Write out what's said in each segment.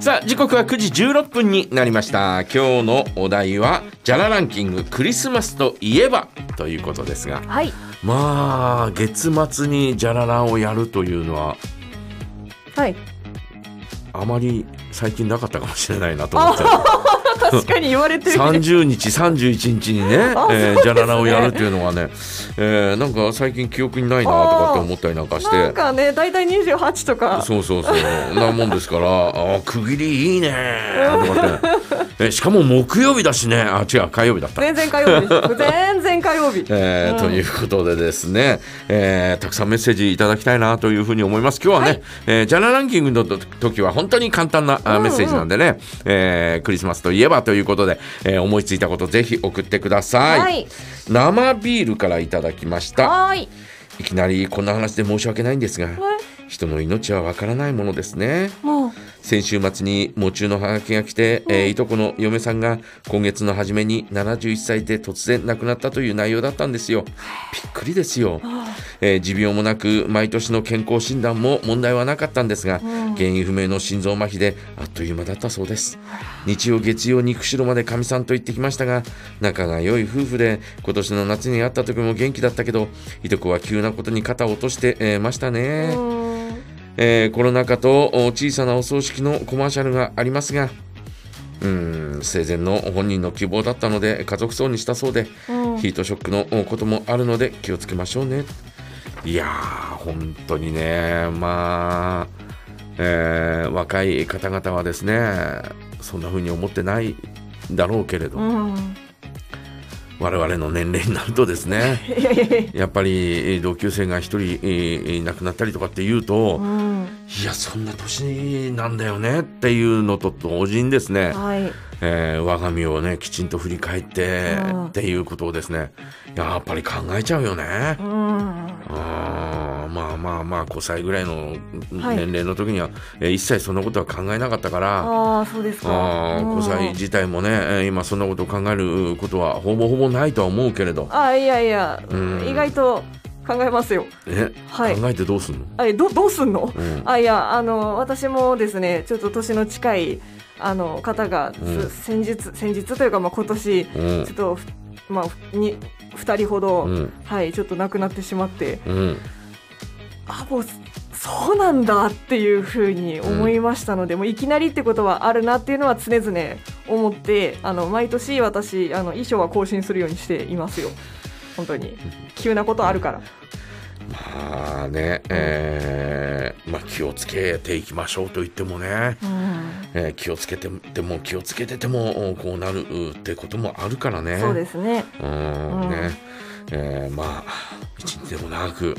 さあ時刻は9時16分になりました今日のお題はジャラランキングクリスマスといえばということですがはいまあ月末にジャラランをやるというのははいあまり最近なかったかもしれないなと思って確かに言われてみる30日31日にね、えージャララをやるっていうのはね、えーなんか最近記憶にないなとかって思ったりなんかしなんて。かね大体28とかそうそうそうなもんですからあー区切りいいねとかってえしかも木曜日だしねあ違う火曜日だった、全然火曜 日です全然火曜日えーということでですね、えーたくさんメッセージいただきたいなというふうに思います今日はね、えージャラランキングの時は本当に簡単なあメッセージなんでね、えークリスマスといえばということで、えー思いついたことぜひ送ってくださはい生ビールからいただきましたはーいいきなりこんな話で申し訳ないんですが人の命はわからないものですねもう先週末に喪中のハガキが来て、えーいとこの嫁さんが今月の初めに71歳で突然亡くなったという内容だったんですよびっくりですよ、えー持病もなく毎年の健康診断も問題はなかったんですが原因不明の心臓麻痺であっという間だったそうです日曜月曜に釧路までかみさんと行ってきましたが仲が良い夫婦で今年の夏に会った時も元気だったけどいとこは急なことに肩を落として、えーましたね、うーんえーコロナ禍とお小さなお葬式のコマーシャルがありますがうーん生前の本人の希望だったので家族葬にしたそうで、ヒートショックのおこともあるので気をつけましょうねいやー本当にねまあ、えー若い方々はですねそんな風に思ってないだろうけれど、うん我々の年齢になるとですねいやいやいややっぱりえー同級生が一人、えー亡くなったりとかっていうと、うんいや、そんな年なんだよねっていうのと同時にですね、はいえー我が身をね、きちんと振り返ってうんっていうことをですね、やっぱり考えちゃうよね。うんあーまあまあまあ、5歳ぐらいのはい年齢の時には、えー一切そんなことは考えなかったから、ああそうですかあーうん5歳自体もね、えー今そんなことを考えることはほぼほぼないとは思うけれど、あいやいやうん意外と考えますよえ、はい考えてどうすんのあれどどうすんの、んあいやあの私もですねちょっと年の近いあの方が、すうん先日先日というか、まあ、今年ちうょんっ、とふまあふに2人ほど、うんはいちょっと亡くなってしまってうん、あもうそうなんだっていうふうに思いましたので、もういきなりってことはあるなっていうのは常々思ってあの毎年私あの衣装は更新するようにしていますよ本当に急なことあるからまあね、えーまあ、気をつけていきましょうと言ってもね、うんえー気をつけてても気をつけててもこうなるってこともあるからね。そうですねうーんねうんえーまあ一日でも長く、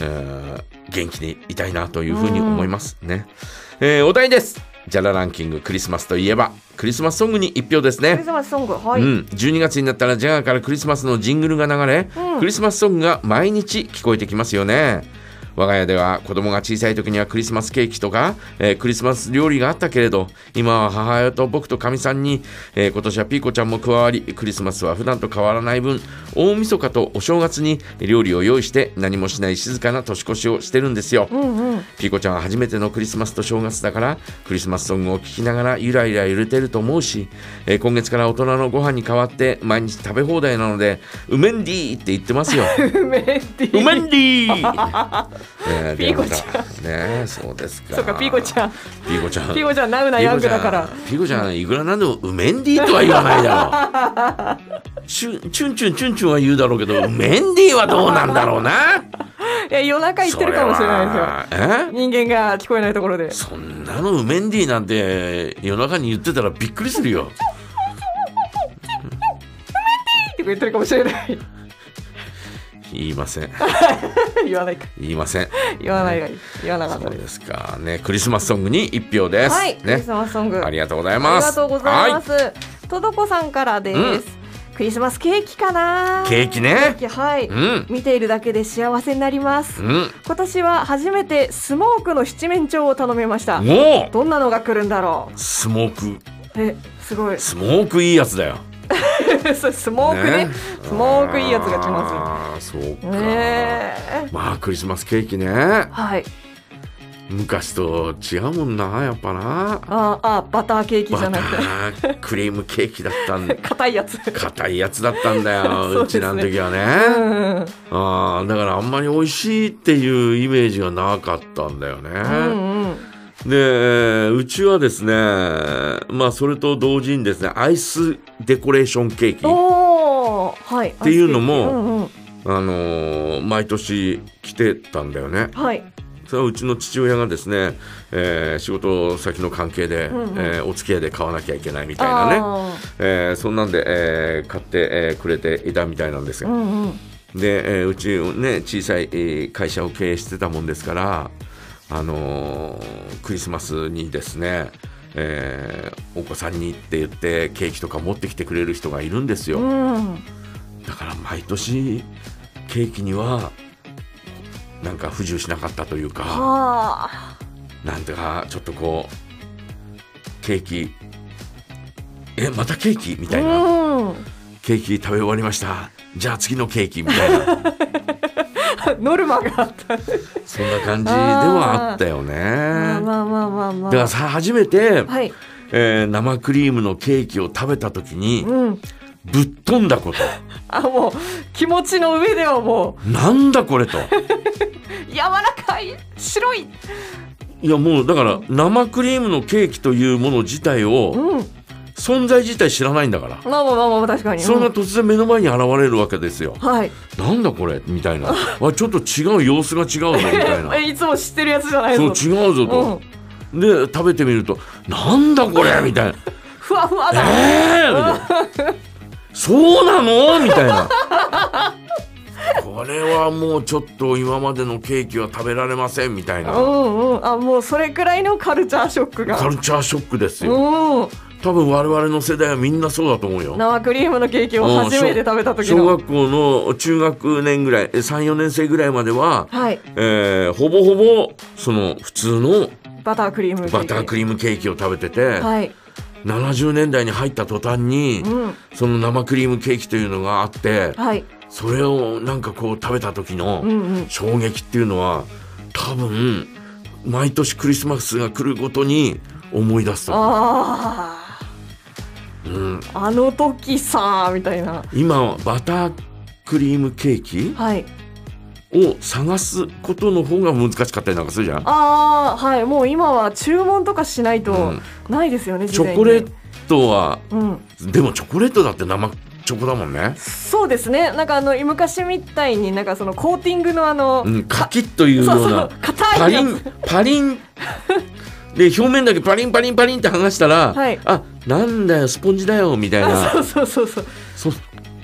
えー元気にいたいなというふうに思いますね。えーお題です。ジャラランキングクリスマスといえばクリスマスソングに一票ですね。クリスマスソングはい、 うん、12月になったらジャガーからクリスマスのジングルが流れ、うんクリスマスソングが毎日聞こえてきますよね我が家では子供が小さい時にはクリスマスケーキとか、えークリスマス料理があったけれど今は母親と僕とかみさんに、えー今年はピーコちゃんも加わりクリスマスは普段と変わらない分大晦日とお正月に料理を用意して何もしない静かな年越しをしてるんですよ、うんうんピーコちゃんは初めてのクリスマスと正月だからクリスマスソングを聴きながらゆらゆら揺れてると思うし、えー今月から大人のご飯に代わって毎日食べ放題なので「うめんディー!」って言ってますよ。うメディめんディーねえピーコちでもさねえそうですか。そうかピーコちゃんピーコちゃん。ピーコちゃんナウなヤングだからピーコちゃん、ピーコちゃんいくらなんでも、うめんディーとは言わないだろう。 チュンチュンチュンチュンチュンは言うだろうけど、うめんディーはどうなんだろうな。いや夜中言ってるかもしれないですよそれはえ人間が聞こえないところで そんなのメンディーなんて夜中に言ってたらびっくりするよ。って言ってるかもしれない 言いません。言わないか言いません。言わないがいい言わなかっそたうですですかね。クリスマスソングに一票です。はい、クリねス。マスソングありがとうございあまりす。がとうございますは。とどこさんからです。うんクリスマスケーキかな。ケーキねケーキはい、うん見ているだけで幸せになります。うん。今年は初めてスモークの七面鳥を頼みました。もどんなのが来るんだろうスモーク、う。え、すご い。スモークいいやつだよ。そうスモークねねスモークいいやつが来まああ、そうすか。よ。ねえ。まあクリスマスケーキね。はい。昔と違うもんなやっぱなああバターケーキじゃバタなくてークリームケーキだった ん硬いやつ硬いやつだったんだよう,、そうでちすねらの時はね、うんああだからあんまり美味しいっていうイメージがなかったんだよね、うんうんでうちはですねまあそれと同時にですねアイスデコレーションケーキあおーはいっていうのもうんうん、のー毎年来てたんだよねはいそれはうちの父親がですね、えー仕事先の関係で、うんうんえーお付き合いで買わなきゃいけないみたいなね、あえーそんなんで、えー買って、えーくれていたみたいなんですーが、うんうんで、えーうちね小さいえー会社を経営してたもんですから、あのークリスマスにですね、えーお子さんにって言ってケーキとか持ってきてくれる人がいるんですよ、うんだから毎年ケーキにはなんか不自由しなかったというかはあなんていうかちょっとこうケーキえまたケーキみたいな、うケーキ食べ終わりましたじゃあ次のケーキみたいなん ノルマがあったそんな感じではあったよね。まだあまあまあまあまあからさ初めて、はいえー生クリームのケーキを食べた時にうんぶっ飛んだ ことあもう気持ちの上ではもなんだこれとう柔らかい白いいやもうだから生クリームのケーキというもの自体うをん存在自体知らないんだからまあまあまあまあ確かにそれうがん突然目の前に現れるわけですよ。はい。なんだこれみたいなあちょっと違う様子が違うぞみたいな えいつも知ってるやつじゃないそうぞ違うぞと、で食べてみるとなんだこれみたいなうん、ふわふわだ、えーみたいなそうなのみたいなこれはもうちょっと今までのケーキは食べられませんみたいうなんうんあもうそれくらいのカルチャーショックがカルチャーショックですよう多分我々の世代はみんなそうだと思うよん生クリームのケーキを初めて食べた時うん小小の学校の中学年ぐらい34年生ぐらいまでは、はいえーほぼほぼその普通のバタークリームバタークリリームケーキを食べてて、はい70年代に入った途端に、うんその生クリームケーキというのがあって、はいそれをなんかこう食べた時のうんうん衝撃っていうのは多分毎年クリスマスが来るごとに思い出すと、あうん、ああの時さーみたいな今はバタークリームケーキはいを探すことの方が難しかったりなんかするじゃんああはいもう今は注文とかしないとうんないですよね、チ事前ョにコレートはうんでもチョコレートだって生チョコだもんね、そうですねなんかあの昔みたいになんかそのコーティングのあの、うん、カキッというよそううそなう硬パいやリつンパリンで表面だけパリンパリンパリンって剥がしたら、はいあなんだよスポンジだよみたいなそうそうそうそうそ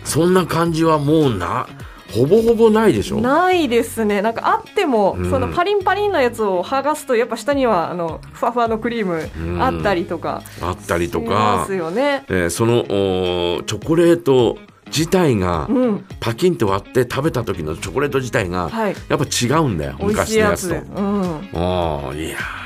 そんな感じはもうなほぼほぼないでしょないですねなんかあっても、うんそのパリンパリンのやつを剥がすとやっぱ下にはあのふわふわのクリーうんムあったりとかあったりとしまかす、よねえーそのおーチョコレート自体がうんパキンと割って食べた時のチョコレート自体がはいやっぱ違うんだよ美味昔しいのややつつでと。うんああいやー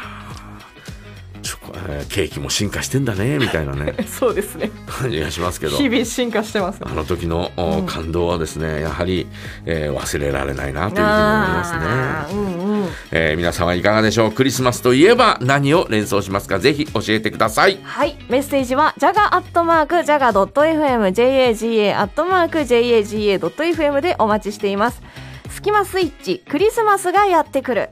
チョコえーケーキも進化してんだねみたいな ねそうですね感じがしますけど。日々進化してますあの時のおうん感動はですね、やはり、えー忘れられないなというふうに思いますねあ。ーうんうんえー皆さんはいかがでしょうクリスマスといえば何を連想しますかぜひ教えてくださいはい、メッセージは jaga.jaga.fm、jaga.jaga.fm でお待ちしています。スキマスイッチ、クリスマスがやってくる。